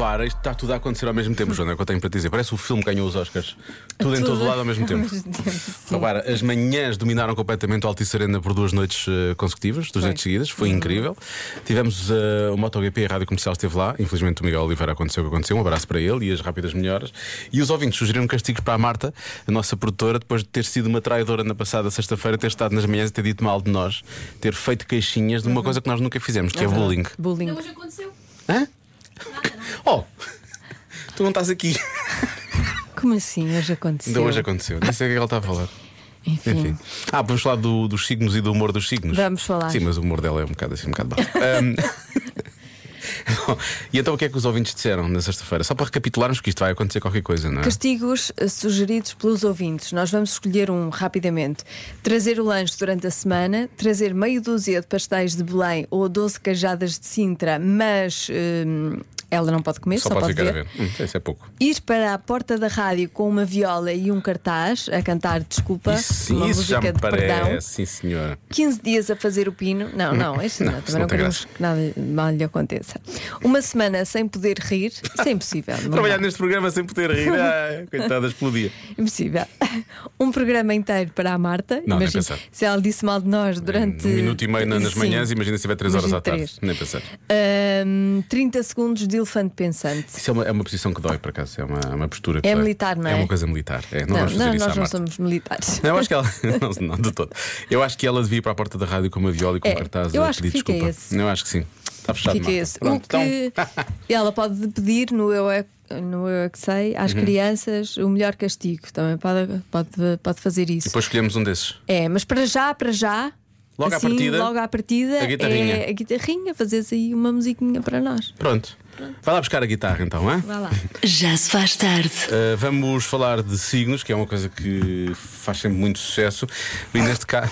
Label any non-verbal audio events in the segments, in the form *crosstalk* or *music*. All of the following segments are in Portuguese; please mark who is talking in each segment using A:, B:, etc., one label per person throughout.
A: Repara, isto está tudo a acontecer ao mesmo tempo, Joana, é o que eu tenho para te dizer. Parece o filme que ganhou os Oscars. Tudo, em todo lado ao mesmo tempo.
B: sim.
A: Repara, as manhãs dominaram completamente o Altice Arena por duas noites eh, consecutivas, duas noites seguidas, foi Uhum. incrível. Tivemos eh, o MotoGP, a Rádio Comercial esteve lá, infelizmente o Miguel Oliveira aconteceu o que aconteceu, um abraço para ele e as rápidas melhoras. E os ouvintes sugeriram castigos para a Marta, a nossa produtora, depois de ter sido uma traidora na passada sexta-feira, ter estado nas manhãs e ter dito mal de nós, ter feito queixinhas de uma coisa que nós nunca fizemos, que Uhum. é bullying.
B: Ah, Bullying.
C: Hoje aconteceu.
A: Hã? Oh! Tu não estás aqui.
B: Como assim? Hoje aconteceu.
A: Ainda hoje aconteceu. Nem sei o que é que ela está a falar.
B: Enfim.
A: Enfim. Ah, vamos falar do- dos signos e do humor dos signos.
B: Vamos falar.
A: Sim, mas o humor dela é um bocado assim, um bocado
B: *laughs*
A: baixo. Ahm. *laughs* Bom, e então o que é que os ouvintes disseram na sexta-feira? Só para recapitularmos que isto vai acontecer qualquer coisa, não é?
B: Castigos eh, sugeridos pelos ouvintes. Nós vamos escolher um rapidamente. Trazer o lanche durante a semana, trazer meio dúzia de pastéis de Belém ou 12 cajadas de Sintra, mas hum, ela não pode comer, só,
A: Só pode ficar a ver. Hum, isso é pouco.
B: Ir para a porta da rádio com uma viola e um cartaz a cantar desculpa,
A: Isso, sim,
B: uma
A: isso já
B: música
A: me
B: de perdão.
A: parece, sim, senhora.
B: 15 dias a fazer o pino. Não, não, este não,
A: Não, isso
B: também não,
A: não tem
B: queremos que nada mal lhe aconteça. Uma semana sem poder rir, isso é impossível. não
A: Trabalhar
B: dá.
A: neste programa sem poder rir. Ai, coitada, explodia.
B: Impossível. Um programa inteiro para a Marta.
A: Não, nem
B: Imagina,
A: pensar.
B: se ela disse mal de nós durante.
A: Um minuto e meio na- nas
B: Sim.
A: manhãs, imagina se tiver três horas
B: Imagina
A: à tarde.
B: três.
A: Nem pensar.
B: Ahm, 30 segundos de elefante pensante.
A: Isso é uma, é uma posição que dói, por acaso. É uma, é uma postura que
B: É
A: dói.
B: militar, não é?
A: É uma coisa militar. É, não, vamos fazer
B: não
A: isso
B: nós
A: à
B: não
A: Marta.
B: somos militares.
A: Não, eu acho que ela. *laughs* Não, não, de todo. Eu acho que ela devia ir para a porta da rádio com uma viola e com
B: É,
A: um cartaz
B: eu
A: a
B: acho
A: pedir
B: que fica
A: desculpa.
B: esse.
A: Eu acho que sim. Está fechado.
B: Fica
A: Marta.
B: é esse.
A: Pronto,
B: o que
A: então.
B: *laughs* ela pode pedir no Eu é, no eu é que sei às
A: Uhum.
B: crianças o melhor castigo. Também pode, pode, pode fazer isso.
A: Depois escolhemos um desses.
B: É, mas para já, para já.
A: Logo à
B: assim,
A: partida,
B: Logo à partida.
A: a guitarrinha.
B: É a guitarrinha, fazes aí uma musiquinha para nós.
A: Pronto. Vai lá buscar a guitarra então, hein?
B: Vá lá.
D: Já se faz tarde.
A: Uh, vamos falar de signos, que é uma coisa que faz sempre muito sucesso. E neste caso.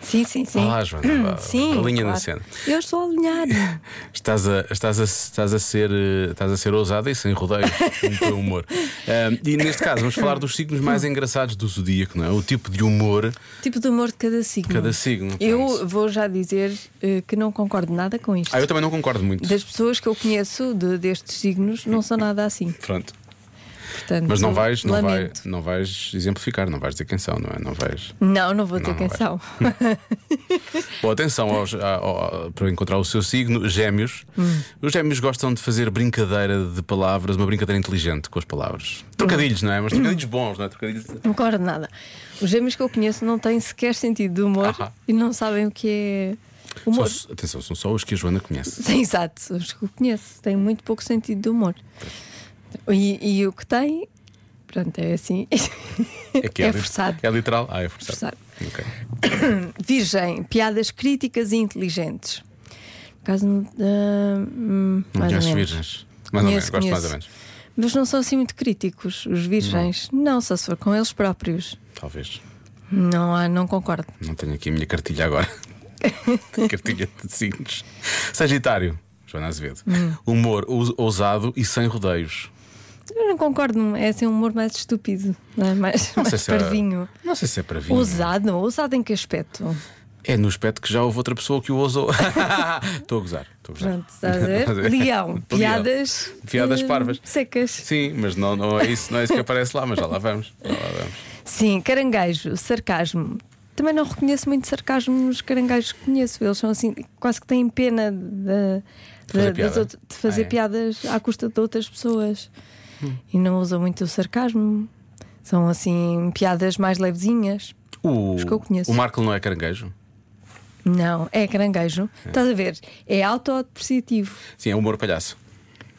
B: Sim, sim, sim.
A: Olá, Joana. Vá,
B: Sim,
A: Ah, Alinha
B: claro.
A: na cena.
B: Eu estou alinhada.
A: Estás a, estás, a, estás, a ser, eh, estás a ser ousada e sem
B: *laughs*
A: rodeios no teu humor. Ah, e neste caso, vamos falar dos signos mais engraçados do zodíaco, não é? O tipo de humor
B: tipo de humor de cada signo.
A: Cada signo, é
B: Eu
A: pronto.
B: vou já dizer eh, que não concordo nada com isto.
A: Ah, eu também não concordo muito.
B: Das pessoas que eu conheço de- destes signos, não são nada assim.
A: Pronto.
B: Portanto,
A: Mas não vais, não, vai,
B: lamento.
A: não vais exemplificar, não vais dizer quem são, não é? Não vais.
B: Não, não vou ter
A: Não, não
B: atenção.
A: Bom, atenção aos- a- ao- para encontrar o seu signo, gêmeos.
B: Hum.
A: Os gêmeos gostam de fazer brincadeira de palavras, uma brincadeira inteligente com as palavras. Trocadilhos, não é? Mas trocadilhos bons, não é? Trocadilhos.
B: Não concordo nada. Os gêmeos que eu conheço não têm sequer sentido de humor
A: Ahá.
B: e não sabem o que é
A: São-
B: humor.
A: atenção, são só os que a Joana conhece.
B: Sim, *laughs* exato, os que eu conheço têm muito pouco sentido de humor. E, e o que tem, pronto, é assim.
A: que
B: É
A: li-
B: forçado.
A: É literal? Ah, é forçado.
B: Forçado.
A: Ok.
B: Virgem, piadas críticas e inteligentes. No caso. ah, hum,
A: Não
B: mais ou
A: conheces
B: menos.
A: virgens? Mais ou menos, gosto
B: Conheço,
A: mais ou
B: conheço.
A: menos.
B: Mas não são assim muito críticos, os virgens. Não, só se for com eles próprios.
A: Talvez.
B: Não, há- não concordo.
A: Não tenho aqui a minha cartilha agora. *laughs* cartilha de signos. Sagitário, Joana Azevedo.
B: Hum.
A: Humor ou- ousado e sem rodeios.
B: Eu não concordo, é assim um humor mais estúpido, não é? mais,
A: Não sei
B: mais
A: se é-
B: parvinho.
A: Não sei se é para vir.
B: Ousado, não? Ousado em que aspecto?
A: É no aspecto que já houve outra pessoa que o
B: *laughs*
A: ousou. Estou a gozar. Estou a gozar.
B: Pronto, estás a
A: *laughs*
B: ver? Leão, piadas.
A: Piadas
B: eh,
A: parvas.
B: Secas.
A: Sim, mas não, não, é isso, não é isso que aparece lá, mas já lá vamos. Já lá vamos.
B: Sim, caranguejo, sarcasmo. Também não reconheço muito sarcasmo nos caranguejos que conheço. Eles são assim, quase que têm pena de,
A: fazer
B: de-
A: piada.
B: das outras- de fazer
A: Ah, é? Hum.
B: piadas à custa de outras pessoas. E não usam muito o sarcasmo. São assim, piadas mais levezinhas.
A: O,
B: Os que eu conheço.
A: o Marco não é caranguejo?
B: Não, é caranguejo. Estás a ver? É autodepreciativo.
A: Sim, é humor palhaço.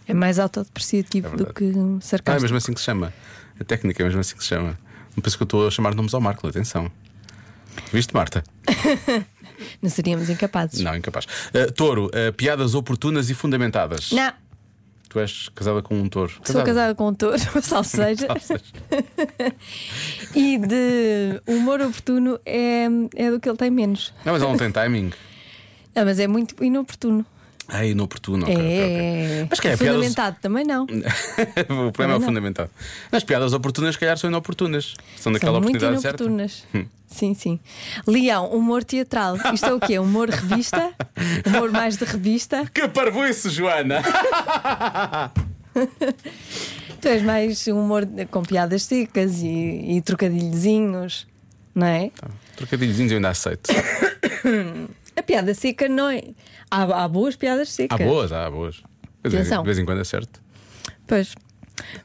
B: É mais autodepreciativo
A: É
B: do
A: verdade.
B: que um
A: Ah, é
B: sarcasmo.
A: mesmo assim que se chama. A técnica é mesmo assim que se chama. Não penso que eu estou a chamar nomes ao Marco, atenção. Viste, Marta?
B: Não seríamos incapazes.
A: Não, incapaz. Ah, touro, ah, piadas oportunas e fundamentadas.
B: Não,
A: Tu és casada com um touro.
B: sou casada com um *laughs* touro, salseja. *laughs* E de humor oportuno é, é do que ele tem menos.
A: Não, mas ela não tem timing.
B: Ah, mas é muito inoportuno.
A: Ah, inoportuno.
B: é,
A: ok, ok, ok.
B: é.
A: Mas que é, piadas.
B: fundamentado também não.
A: *laughs* o problema é o
B: não.
A: fundamentado. As piadas oportunas, se calhar, são inoportunas. São daquela
B: São muito
A: oportunidade certa. Hum.
B: inoportunas. Sim, sim. Leão, humor teatral. Isto é o quê? Humor revista? Humor mais de revista?
A: Que parvoíce,
B: *laughs*
A: Joana!
B: Tu és mais humor de- com piadas secas e, e trocadilhozinhos, não é?
A: Trocadilhozinhos eu ainda aceito.
B: A piada seca não é. Há, há boas piadas
A: Há
B: secas.
A: boas, há boas. Quer dizer,
B: Atenção.
A: De vez em quando é certo.
B: Pois.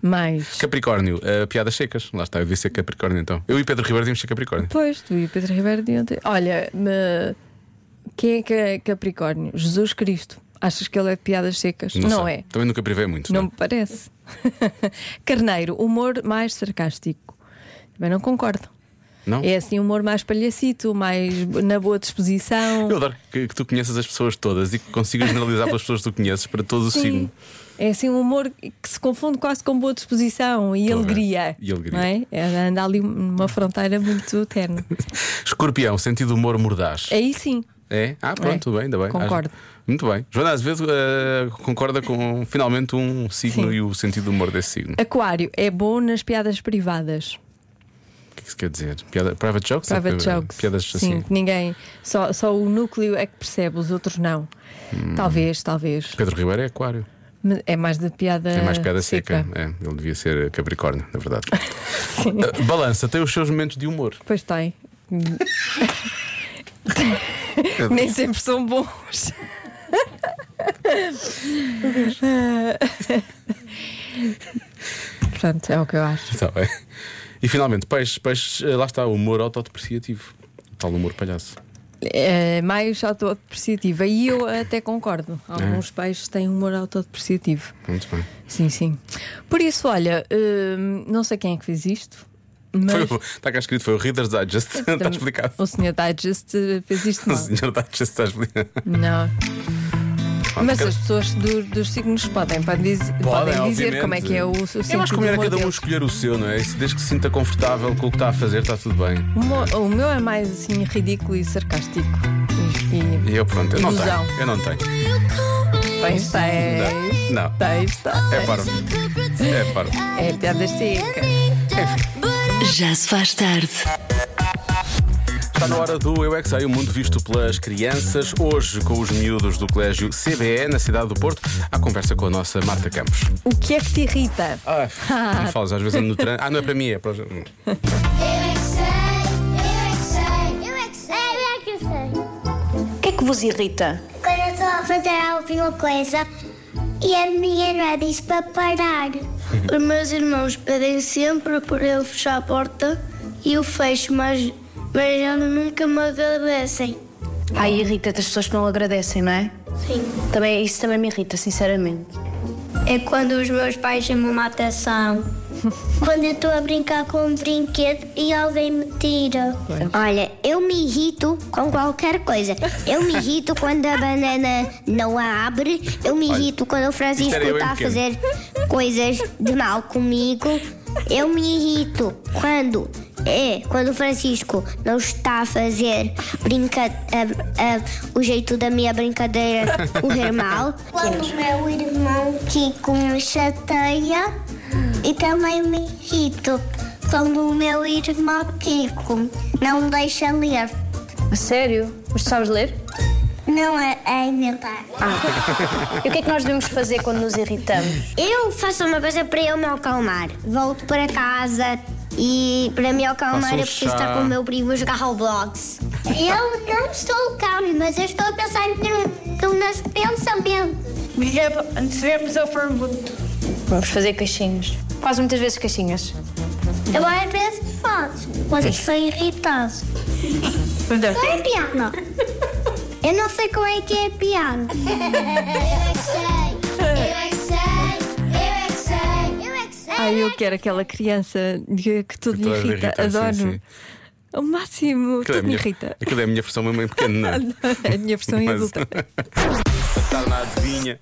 B: Mas.
A: Capricórnio, eh, piadas secas. Lá está, eu devia ser Capricórnio então. Eu e Pedro Ribeiro devíamos ser Capricórnio.
B: Pois, tu e o Pedro Ribeiro de ontem. Olha, me- quem é que é Capricórnio? Jesus Cristo. Achas que ele é de piadas secas? não
A: sei.
B: é.
A: Também nunca privei muito.
B: Não
A: Não.
B: me parece. *laughs* Carneiro, humor mais sarcástico. Também não concordo.
A: Não?
B: É assim, humor mais palhacito, mais na boa disposição.
A: Eu adoro que, que tu conheças as pessoas todas e que consigas generalizar pelas pessoas que tu conheces para todo o signo.
B: É assim um humor que se confunde quase com boa disposição e
A: Estou a ver.
B: alegria.
A: E alegria.
B: Não é? É, Anda ali uma fronteira muito
A: *laughs*
B: terna.
A: Escorpião, sentido de humor mordaz.
B: Aí sim.
A: É? Ah, pronto,
B: É.
A: tudo bem, ainda bem.
B: Concordo.
A: Acho- Muito bem. Joana, às vezes eh, concorda com finalmente um signo
B: Sim.
A: e o sentido de humor desse signo.
B: Aquário é bom nas piadas privadas.
A: O que é que isso quer dizer? Piada, private jokes?
B: Private
A: Ou pi-
B: jokes.
A: Piadas
B: Sim,
A: assim.
B: que ninguém. Só, só o núcleo é que percebe, os outros não.
A: Hum.
B: Talvez, talvez.
A: Pedro Ribeiro é aquário.
B: Mas É mais da piada.
A: É mais piada seca. É, ele devia ser Capricórnio, na
B: *laughs*
A: verdade. Eh, Balança tem os seus momentos de humor.
B: Pois tem. Nem sempre
A: *laughs*
B: são bons. Pronto, é o que eu acho.
A: Está bem. E finalmente, peixe, peixe, eh, lá está, o humor autodepreciativo. O Tal humor palhaço.
B: É mais autodepreciativo. Aí eu até concordo. Alguns
A: É.
B: peixes têm humor autodepreciativo.
A: Muito bem.
B: Sim, sim. Por isso, olha, hum, não sei quem é que fez isto, mas Tá
A: Foi o- está cá escrito, foi o Reader's Digest. *laughs* está explicado.
B: o Sr. Digest eh, fez isto
A: O
B: mal.
A: senhor Digest está explicado.
B: Não.
A: Pronto,
B: Mas
A: cada-
B: as pessoas do- dos signos podem, podem, diz- podem dizer
A: obviamente.
B: como é que é o, o sentido
A: Eu acho que o melhor é
B: do humor
A: cada um
B: deles.
A: escolher o seu, não é? E se- Desde que se sinta confortável com o que está a fazer, está tudo bem.
B: O mo- O meu é mais assim ridículo e sarcástico. E,
A: E eu, pronto, eu não
B: Ilusão. É
A: tenho. Eu não tenho.
B: e tens, tens,
A: Não, não.
B: tens,
A: É
B: tens.
A: parvo. É parvo.
B: É piadas secas.
D: Já se faz tarde.
A: Está na hora do Eu é que Sei, o mundo visto pelas crianças. Hoje, com os miúdos do colégio CBE, na cidade do Porto, há conversa com a nossa Marta Campos.
B: O que é que te irrita?
A: Ah, não falas, às vezes ando no trânsito. Ah, não é para mim, é para os. hum.
C: O que é que vos irrita?
E: Quando eu estou a fazer alguma coisa e a minha não diz para parar.
F: Os meus irmãos pedem sempre para eu fechar a porta e eu fecho, mas, mas eles nunca me agradecem.
C: Ai, irrita-te as pessoas Ah, que não agradecem, não é?
F: Sim.
C: Também, isso também me irrita, sinceramente.
F: É quando os meus pais chamam a
A: *laughs*
F: atenção.
E: Quando eu estou a brincar com um brinquedo e alguém me tira. Olha, eu me irrito com qualquer coisa. Eu me irrito quando a banana não abre. Eu me irrito quando o Francisco
A: era eu em
E: está a
A: pequeno.
E: fazer coisas de mal comigo. Eu me irrito quando é quando o Francisco não está a fazer brinca, a- a- o jeito da minha brincadeira correr mal. Quando o meu irmão Kiko me chateia e também me irrito quando o meu irmão Kiko não deixa ler.
C: A sério? Mas tu sabes ler?
E: Não é, é inventar.
C: E o que é que nós devemos fazer quando nos irritamos?
E: Eu faço uma coisa para eu me acalmar. Volto para casa e para me acalmar
A: Faça um
E: eu preciso
A: chá.
E: estar com o meu primo a jogar Roblox. Eu não estou calmo, mas eu estou a pensar um, no, nosso pensamento.
F: Fizemos a pergunta.
C: Vamos fazer caixinhas. Faz muitas vezes caixinhas.
E: Eu às vezes faço, mas eu sou irritado. Não é piano. Eu não sei qual é que é piano. Eu é que é sei, eu é que sei, eu é que sei.
B: Ai, eu quero aquela criança que, que tudo
A: Que
B: lhe
A: toda
B: irrita.
A: irrita, sim,
B: Adoro.
A: sim.
B: O
A: Aquilo é
B: máximo,
A: a
B: tudo me
A: minha-
B: irrita. *laughs*
A: Aquilo é a minha versão mesmo em pequeno, não é?
B: A minha versão é
A: Mas-
B: adulta.
A: Está na adivinha.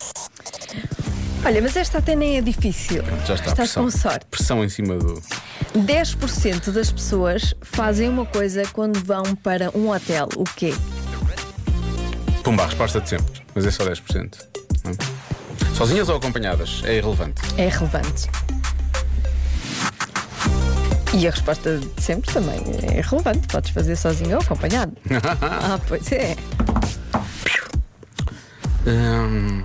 B: Olha, mas esta até nem é difícil.
A: Já está a
B: Estás
A: pressão.
B: com sorte.
A: Pressão em cima do.
B: 10% das pessoas fazem uma coisa quando vão para um hotel. O quê?
A: Pumba, a resposta de sempre. Mas é só 10%. não é? Sozinhas ou acompanhadas? É irrelevante.
B: É relevante.
G: E a resposta de sempre também é relevante. Podes fazer sozinho ou
A: *laughs*
G: acompanhado. ah, pois é.
A: Hum,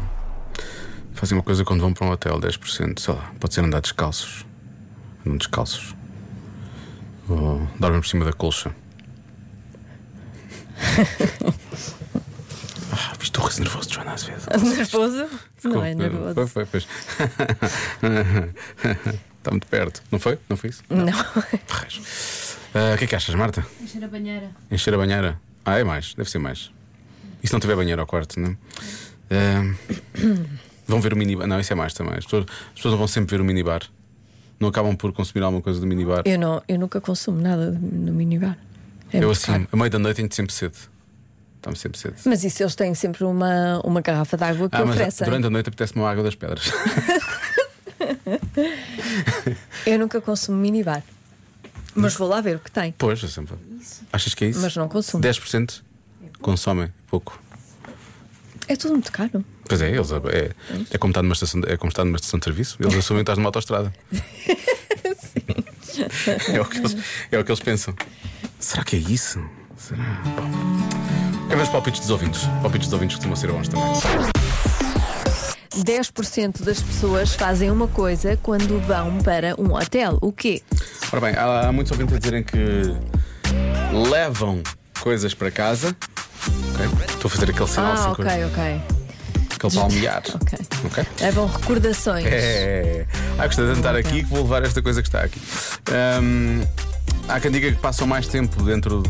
A: fazem uma coisa quando vão para um hotel, 10%, sei lá, pode ser andar descalços. Andam descalços. Ou dormem por cima da
B: *laughs*
A: colcha. ah, estou riso nervoso, Joana, às vezes.
B: Nervoso? Não
A: Desculpa.
B: é nervoso.
A: Foi, foi, pois. *laughs* Está muito perto. Não foi? Não foi isso?
B: Não. *laughs*
A: Raios. Ah, o que é que achas, Marta?
H: Encher a banheira.
A: Encher a banheira? Ah, é mais, deve ser mais. E se não tiver banheiro ao quarto, não é? Ah, *coughs* vão ver o minibar. Não, isso é mais também. As pessoas, as pessoas não vão sempre ver o minibar. Não acabam por consumir alguma coisa do minibar.
B: Eu, não, eu nunca consumo nada no minibar. É
A: Eu
B: muito
A: assim,
B: caro.
A: a meio da noite tenho sempre cedo. Está-me sempre cedo.
B: Mas isso eles têm sempre uma, uma garrafa de água que
A: Ah, mas
B: oferecem.
A: durante a noite apetece-me uma água das
B: *laughs*
A: pedras.
B: Eu nunca consumo minibar. Mas vou lá ver o que tem.
A: pois, eu sempre. Achas que é isso?
B: Mas não consumo.
A: 10%
H: É
A: consomem pouco.
B: É tudo muito caro.
A: Pois é, eles, é, é, como estar numa estação, de- é como estar numa estação de serviço. Eles assumem que estás numa
B: *laughs*
A: autostrada. é, o que eles, é o que eles pensam. Será que é isso? Será? Bom. Quero ver os palpites dos ouvintes. Palpites dos ouvintes costumam ser bons também.
B: 10% das pessoas fazem uma coisa quando vão para um hotel. O quê?
A: Ora bem, há, há muitos ouvintes a dizerem que levam coisas para casa. Ok? Estou a fazer aquele sinal
B: ah,
A: assim,
B: ok,
A: com-
B: ok.
A: aquele palmear.
B: Ok.
A: Ok?
B: Levam recordações.
A: É. Ah, gostei de estar aqui que vou levar esta coisa que está aqui. Ahm, há quem diga que passam mais tempo dentro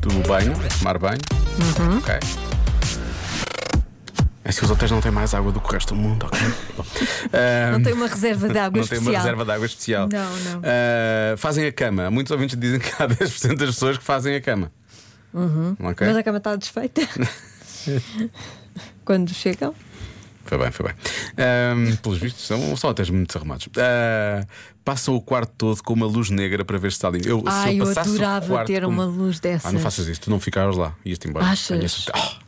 A: do banho, tomar banho.
B: Uhum.
A: Ok. É se os hotéis não têm mais água do que o resto do mundo,
B: *laughs*
A: ok? Bom. Ahm,
B: Não tem uma reserva de água
A: não tem
B: especial.
A: uma reserva de água especial.
B: Não, não.
A: Ah, fazem a cama. Muitos ouvintes dizem que há *laughs* 10% das pessoas que fazem a cama. Ok.
B: Uhum. Mas a cama
A: *laughs*
B: está desfeita. quando chegam.
A: Foi bem, foi bem. Ahm, pelos vistos, são, são hotéis muito desarrumados. Ah, passam o quarto todo com uma luz negra para ver se está limpo. Eu,
B: Ai,
A: se eu,
B: eu
A: passasse o
B: adorava
A: quarto
B: ter
A: com-
B: uma luz
A: Ah,
B: dessas.
A: não faças isso, tu não ficavas lá, ias-te embora.
B: Achas?
A: Tenho a certeza. Ah,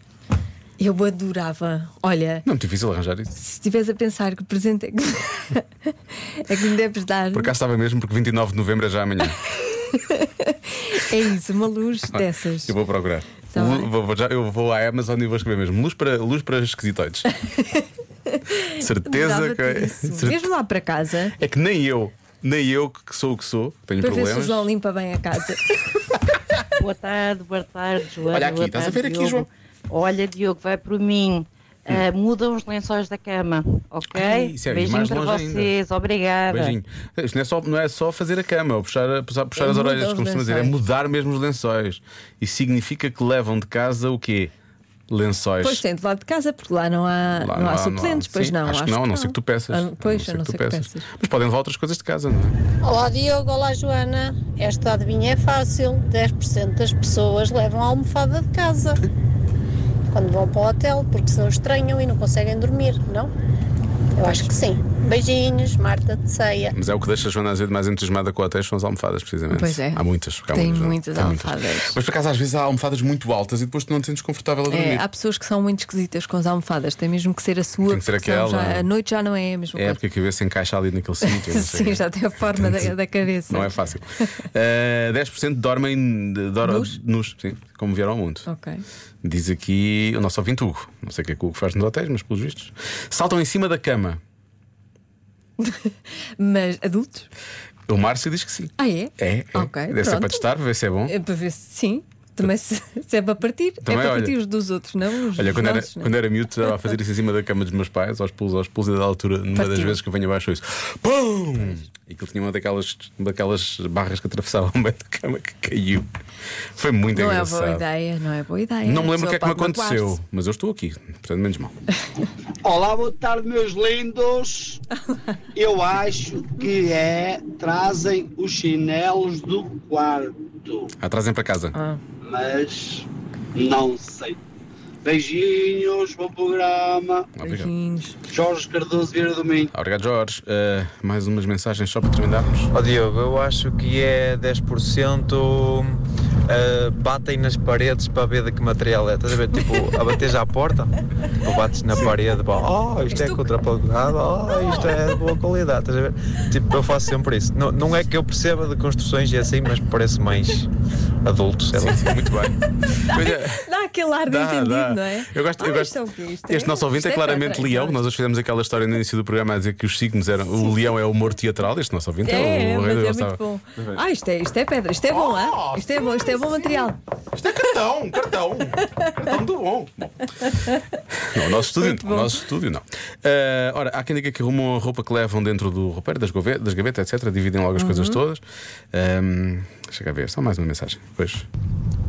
B: Eu adorava. Olha,
A: não é muito difícil arranjar isso.
B: se estivesse a pensar que presente é que, é que *laughs* me deves dar,
A: Por acaso estava mesmo, porque 29 de novembro é já amanhã.
B: é isso,
A: *laughs*
B: uma luz dessas.
A: Eu vou procurar.
B: Tá
A: Lu-
B: bem.
A: vou- vou já- eu vou à Amazon e vou escrever mesmo. Luz para, luz para
B: *laughs*
A: esquisitoides. certeza
B: Adorava
A: que. é
B: ter isso.
A: Cer-
B: Mesmo lá para casa,
A: É que nem eu, nem eu que sou o que sou, tenho
B: para ver se o
A: problemas.
B: João limpa bem a casa.
I: Boa tarde, boa tarde, Joana.
A: Olha aqui,
I: boa
A: estás a
I: tarde,
A: ver aqui,
I: Diogo.
A: João? Hum.
I: Olha, Diogo, vai por mim. Ah, mudam os lençóis da cama, ok?
A: Ai, isso é ir
I: Beijinho
A: mais
I: para
A: longe ainda.
I: vocês, obrigada.
A: Beijinho. Isto não é só, não é só fazer a cama ou puxar, puxar, puxar
B: É
A: as
B: mudar
A: orelhas,
B: os
A: como se dizer, é
B: lençóis.
A: mudar mesmo os lençóis. E significa que levam de casa o quê? Lençóis.
B: Pois tem de lado de casa, porque lá não há,
A: Lá
B: não há suplentes, pois
A: Sim,
B: não.
A: Acho, que não, a não ser que tu peças.
B: Ah,
A: A
B: Pois, a não
A: tu
B: ser que peças.
A: Mas podem levar outras coisas de casa, não é?
J: Olá Diogo, olá Joana. Esta adivinha é fácil. 10% das pessoas levam a almofada de casa quando vão para o hotel, porque senão estranham e não conseguem dormir, não? Eu acho que sim. Beijinhos, Marta de Ceia.
A: Mas é o que deixa a Joana às vezes mais entusiasmada com hotéis são as almofadas, precisamente.
B: Pois é.
A: Há muitas. porque há
B: Tem
A: não é?
B: muitas
A: Há
B: almofadas.
A: Mas por acaso às vezes há almofadas muito altas e depois tu não te sentes confortável a dormir.
B: É, há pessoas que são muito esquisitas com as almofadas, tem mesmo que ser a sua.
A: Tem que ser
B: porque senão
A: aquela.
B: já- a noite já não é a mesma
A: É
B: coisa.
A: porque a cabeça encaixa ali
B: *laughs*
A: naquele sítio. não sei. é.
B: Sim, já tem a forma da, da cabeça.
A: Não é fácil. Eh, 10% dormem de- dor-
B: Nus? Oh.
A: nus, sim, como vieram ao mundo.
B: Ok.
A: Diz aqui o nosso ouvinte Hugo. Não sei o que é que o Hugo faz nos hotéis, mas pelos vistos. Saltam em cima da cama.
B: Mas adultos?
A: O Márcio diz que sim.
B: Ah, é?
A: É, é.
B: Ok,
A: deve ser
B: pronto.
A: para testar, para ver se é bom.
B: É para ver se sim. Também se, se é para partir,
A: Também,
B: é para
A: olha.
B: partir os dos outros, não os
A: Olha,
B: dos
A: quando era,
B: nossos, não é?
A: quando era miúdo, estava a fazer isso em cima da cama dos meus pais, aos pulos, aos pulos, e da altura, numa das
B: Partiu.
A: vezes que eu venho abaixo, eu isso. Pum! E aquilo tinha uma daquelas, daquelas barras que atravessavam *laughs* o meio da cama que caiu. Foi muito
B: Não é
A: engraçado.
B: boa ideia, não é boa ideia.
A: Não me
B: A
A: lembro o que é que me
B: pessoa pode
A: aconteceu,
B: magoar-se.
A: mas eu estou aqui, portanto, menos mal.
K: Olá, boa tarde, meus lindos. Eu acho que é trazem os chinelos do quarto,
A: Ah, trazem para casa.
K: mas não sei. Beijinhos, bom programa.
A: Obrigado.
B: Beijinhos.
K: Jorge Cardoso Vieira Domingo.
A: Ah, Obrigado, Jorge. Ah, mais
B: *laughs*
A: umas mensagens só para terminarmos.
K: Ó Diogo, eu acho que é 10%
H: ah, batem nas paredes para ver de que material é. Estás a ver? Tipo, a bater já à porta, tipo, bates na parede, pá, oh, isto é contraplagado, oh, isto é de boa qualidade. Estás a ver? Tipo, eu faço sempre isso. Não, não é que eu perceba de construções e assim, mas parece mais adulto, sei lá.
A: Muito bem.
B: Dá aquele ar de
A: é. Dá,
B: entendido,
A: dá.
B: não é?
A: Eu gosto, eu
B: Ah,
A: gosto-
B: isto é o quê? Isto
A: Este
B: é-
A: nosso ouvinte é
B: isto
A: claramente
B: tetra.
A: leão. Nós hoje fizemos aquela história no início do programa a dizer que os signos eram. O leão é o humor teatral. Este nosso ouvinte
B: É,
A: é o
B: mas
A: rei da
B: é
A: Oh!
B: muito bom. Ah, isto é, isto é pedra, isto é bom, ah, isto é bom, isto é bom material.
A: Isto é cartão, cartão, cartão do bom. Não, o nosso estúdio não. O nosso estúdio não. Ah, ora, há quem diga que arrumam a roupa que levam dentro do roupeiro, das, gove- das gavetas, etc. Dividem logo as
B: Uhum.
A: coisas todas. Ahm, deixa cá ver, só mais uma mensagem. Pois.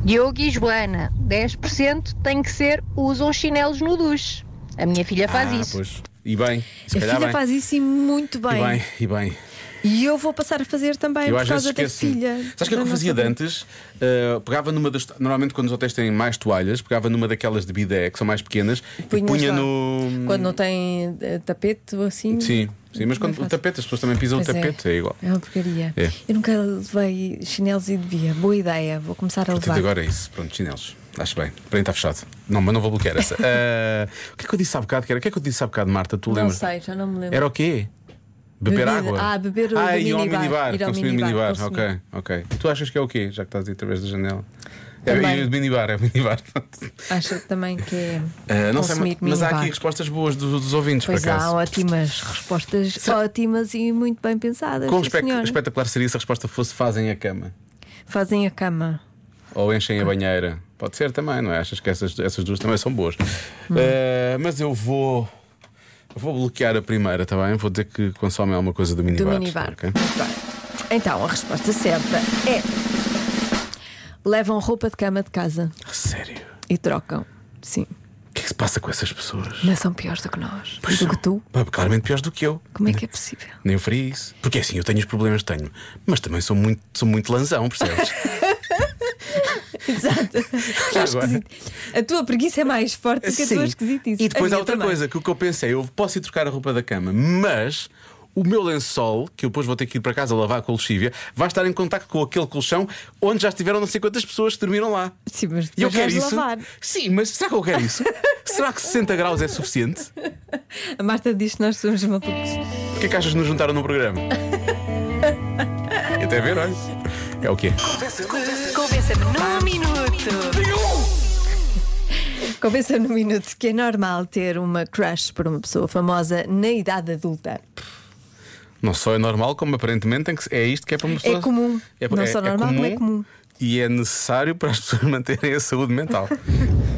L: Diogo e Joana, 10% tem que ser usam chinelos no duche. A minha filha faz
A: Ah,
L: isso.
A: pois. E bem, se
B: A
A: calhar
B: filha
A: bem.
B: faz isso e muito
A: E
B: bem.
A: bem, e bem.
B: E eu vou passar a fazer também
A: eu
B: por
A: às vezes
B: causa da
A: esqueço.
B: filha.
A: Sabes o que é que
B: da
A: eu
B: nossa
A: fazia de
B: filha.
A: antes? Uh, pegava numa das. Normalmente, quando os hotéis têm mais toalhas, pegava numa daquelas de bidé, que são mais pequenas, e
B: Punhas
A: punha
B: lá.
A: no.
B: Quando não tem eh, tapete ou assim.
A: Sim, sim, mas quando o tapete, as pessoas também pisam
B: Pois
A: o tapete, é, igual.
B: É uma porcaria.
A: É.
B: Eu nunca levei chinelos e devia. Boa ideia, vou começar a
A: Portanto,
B: levar.
A: agora é isso. Pronto, chinelos. Acho bem. Porém, está fechado. Não, mas não vou bloquear
B: *laughs*
A: essa. Uh, o que é que eu disse há bocado? que era? O que é que eu disse há bocado, Marta? Tu
B: não
A: lembras?
B: sei, já não me lembro.
A: Era o quê? Beber
B: Bebida.
A: água?
B: Ah, beber o
A: ah,
B: do
A: ir ao
B: minibar.
A: minibar.
B: Ir ao
A: consumir
B: minibar,
A: minibar. Ok, ok. E tu achas que é o quê? Já que estás aí através da janela. É,
B: Também.
A: é o minibar, é o *laughs* minibar.
B: Acho também que é.
A: Uh, não sei, mas-
B: consumir
A: mas há
B: minibar.
A: aqui respostas boas do- dos ouvintes,
B: Pois
A: por
B: há
A: acaso.
B: ótimas respostas, ótimas e muito bem pensadas.
A: Quão
B: sim,
A: espe-
B: senhora.
A: espetacular seria se a resposta fosse fazem a cama
B: Fazem a cama.
A: ou enchem a banheira? Pode ser também, não é? Achas que essas, essas duas também são boas.
B: Hum.
A: Uh, mas eu vou. eu Vou bloquear a primeira, está bem? Vou dizer que consomem alguma coisa do minibar.
B: minibar.
A: ok?
B: Então, a resposta certa é. Levam roupa de cama de casa.
A: Sério?
B: E trocam. Sim.
A: O que é que se passa com essas pessoas?
B: Mas são piores do que nós. do que tu.
A: Pá, Claramente piores do que eu.
B: Como é que é possível?
A: *laughs* Nem eu faria isso. Porque assim, eu tenho os problemas que tenho, mas também sou muito, sou muito lanzão,
B: *laughs*
A: percebes?
B: Exato. Acho
A: Agora.
B: esquisito. A tua preguiça é mais forte do que a tua esquisitice.
A: E depois
B: A
A: há
B: minha
A: outra
B: também.
A: coisa que o que eu pensei, eu posso ir trocar a roupa da cama, mas o meu lençol, que eu depois vou ter que ir para casa lavar com a lexívia, vai estar em contacto com aquele colchão onde já estiveram não sei quantas pessoas que dormiram lá.
B: Sim, mas
A: E eu
B: depois
A: quero
B: vais
A: isso.
B: lavar.
A: Sim, mas será que eu quero
B: *laughs*
A: isso? será que 60 graus é suficiente?
B: A Marta diz que nós somos malucos.
A: O que é que achas que nos juntaram no
B: *laughs*
A: programa? E Até ver, olha. É o quê?
D: Convença-me num minuto.
B: Convença no minuto que é normal ter uma crush por uma pessoa famosa na idade adulta.
A: Não só é normal, como aparentemente tem que se- é isto que é para uma pessoa.
B: É comum.
A: É-
B: não
A: é-
B: só
A: é
B: normal, como é
A: comum.
B: comum.
A: E é necessário para as *laughs* pessoas manterem a saúde mental.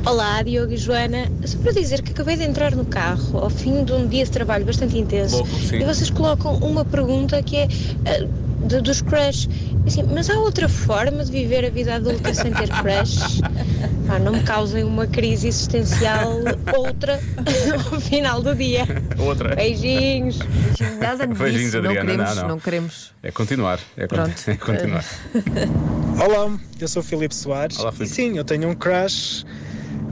M: Olá, Diogo e Joana. Só para dizer que acabei de entrar no carro ao fim de um dia de trabalho bastante intenso
A: Louco, sim.
M: e vocês colocam uma pergunta que é ah, do- dos crush. Assim, mas há outra forma de viver a vida adulta sem
A: *laughs*
M: ter crush? Pá, não me causem uma crise existencial outra *laughs* ao final do dia.
A: Outra.
N: É
M: Beijinhos.
B: Nada
A: *laughs* Beijinhos, Adriana. não, não.
B: queremos.
A: É continuar. É, con- *laughs* é continuar.
O: Olá, eu sou o Filipe Soares.
A: Olá, Filipe.
O: E sim, eu tenho um crush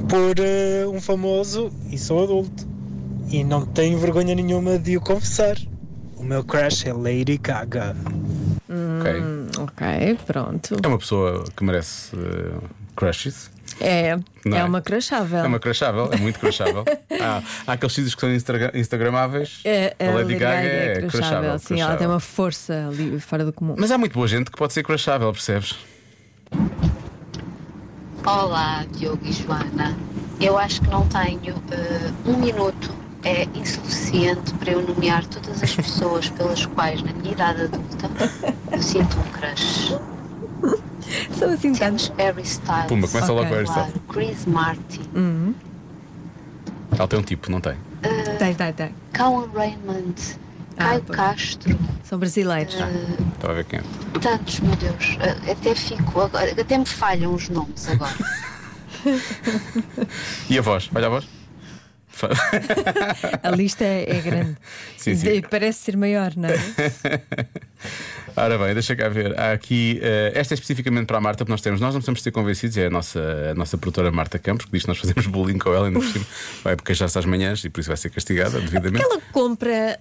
O: por eh, um famoso e sou adulto. E não tenho vergonha nenhuma de o confessar. O meu crush é Lady Gaga.
B: Hum. ok. Ok, pronto.
A: É uma pessoa que merece eh, crushes.
B: É,
A: Não
B: é,
A: é?
B: uma crushável.
A: É uma crushável, é muito
B: *laughs*
A: crushável. há, há aqueles sítios que são instagra- instagramáveis.
B: É,
A: a Lady Gaga é crushável.
B: Sim, ela
A: crushável.
B: tem uma força ali fora do comum.
A: Mas há muito boa gente que pode ser crushável, percebes?
N: Olá, Diogo e Joana. Eu acho que não tenho eh, um minuto. É insuficiente para eu nomear todas as pessoas pelas quais, na minha idade adulta, eu sinto um crush.
B: São assim
N: Temos Harry Styles.
A: Pumba, começa logo Harry
N: Ah, claro,
A: Styles.
N: Chris Martin.
B: Uhum.
A: Ela tem um tipo, não tem?
B: Tem, tem, tem. Ah,
N: Cauan Raymond. Caio Castro.
B: São brasileiros.
N: Ah.
A: Estava a ver quem é.
N: Tantos, meu Deus. Eh, Até fico. agora- Até me falham os nomes agora.
A: E a voz? Olha a voz. Fa-
B: A lista é, é grande.
A: *laughs* *laughs* Sim, sim.
B: De- Parece ser maior,
A: *laughs*
B: não é?
A: Ora bem, deixa cá ver. Há aqui, eh, esta é especificamente para a Marta, porque nós temos, nós não precisamos ser convencidos, é a nossa, a nossa produtora Marta Campos, que diz que nós fazemos *laughs* bullying com ela, ainda por cima vai queixar-se às manhãs e por isso vai ser castigada devidamente.
B: Ela compra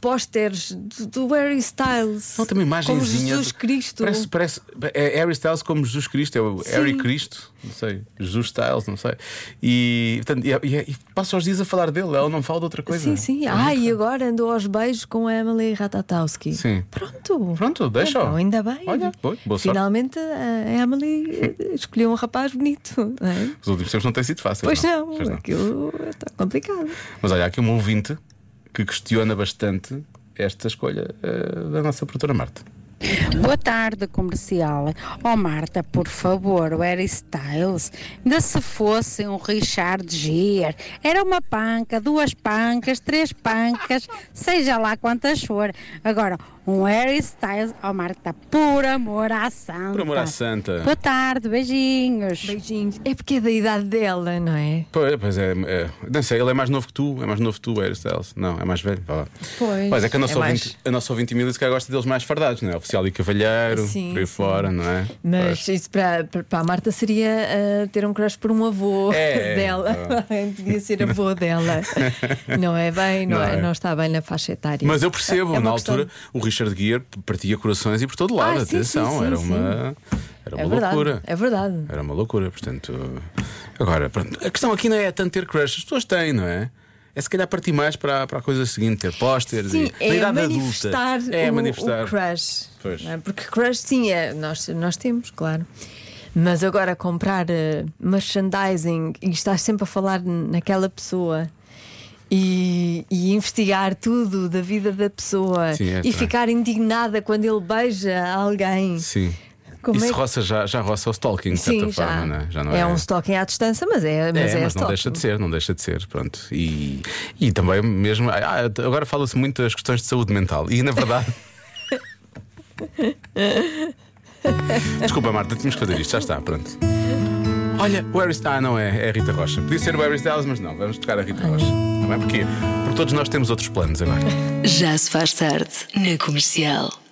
B: Pósteres do, do Harry Styles.
A: São também imagenzinhas.
B: Como Jesus Cristo.
A: Parece, parece, é Harry Styles como Jesus Cristo, é o
B: Sim.
A: Harry Cristo, não sei, Jesus Styles, não sei. E, portanto, e, é, e, e passa os dias a falar dele, ela não fala de outra coisa.
B: Sim, sim. Ah, e agora andou aos beijos com a Emily Ratatowski.
A: Sim.
B: Pronto.
A: Pronto, deixa.
B: Então, ainda bem.
A: Olha, boa, boa sorte.
B: Finalmente a Emily eh, escolheu um rapaz bonito. Não é?
A: Os últimos tempos não é? tem sido fácil.
B: Pois não, aquilo está complicado.
A: Mas olha, há aqui um ouvinte que questiona bastante esta escolha eh, da nossa produtora Marta.
P: Boa tarde, comercial. Oh, Marta, por favor, o Harry Styles, ainda se fosse um Richard Gere, era uma panca, duas pancas, três pancas, seja lá quantas for. Agora, um Harry Styles, oh, Marta, por amor à santa.
A: Por amor à santa.
P: Boa tarde, beijinhos.
B: Beijinhos. É porque é da idade dela, não é?
A: Pois, pois é, é, não sei, ele é mais novo que tu, é mais novo que tu, Harry Styles. Não, é mais velho. Vá lá.
B: Pois.
A: Pois é que a nossa,
B: É mais-
A: ouvinte, a nossa ouvinte Emília se calhar gosta deles mais fardados, não é? Oficial e cavalheiro,
B: Sim,
A: por aí
B: sim.
A: fora, não é?
B: Mas isso para, para- para a Marta seria ah, ter um crush por um avô
A: É,
B: *laughs* dela. Podia ser avô
A: *laughs*
B: dela. Não é bem, não,
A: Não
B: é-
A: é.
B: não está bem na faixa etária.
A: Mas eu percebo,
B: É uma
A: na
B: questão-
A: altura o Richard Gere partia corações e por todo lado,
B: Ah, sim,
A: atenção,
B: sim, sim,
A: era
B: sim.
A: uma, era uma
B: é verdade,
A: loucura.
B: É verdade.
A: Era uma loucura, portanto. Agora, pronto, a questão aqui não é tanto ter crush, as pessoas têm, não é? É se calhar partir mais para, para a coisa seguinte, ter pósteres
B: Sim,
A: e na
B: é
A: idade
B: manifestar,
A: adulta. É,
B: o, o crush.
A: Pois.
B: não é? Porque crush, sim, é, nós, nós temos, claro. Mas agora comprar eh, merchandising e estar sempre a falar n- naquela pessoa. E, e investigar tudo da vida da pessoa
A: Sim, é
B: e
A: estranho.
B: ficar indignada quando ele beija alguém.
A: Sim.
B: Como
A: Isso
B: é que-
A: roça já, já roça o stalking, de certa
B: Sim, já.
A: forma, não é? Já não
B: é, um stalking à distância, mas é, mas
A: é,
B: é,
A: mas não
B: stalking.
A: deixa de ser, não deixa de ser, pronto. E, e também mesmo. ah, agora fala-se muito das questões de saúde mental. E na verdade. Desculpa, Marta, tínhamos que fazer isto, já está, pronto. Olha, o Harry Styles. Ah, não é, é a Rita Rocha. Podia ser o Harry Styles, mas não, vamos tocar a Rita Rocha. Não é porquê? Porque todos nós temos outros planos agora.
Q: Já se faz tarde na comercial.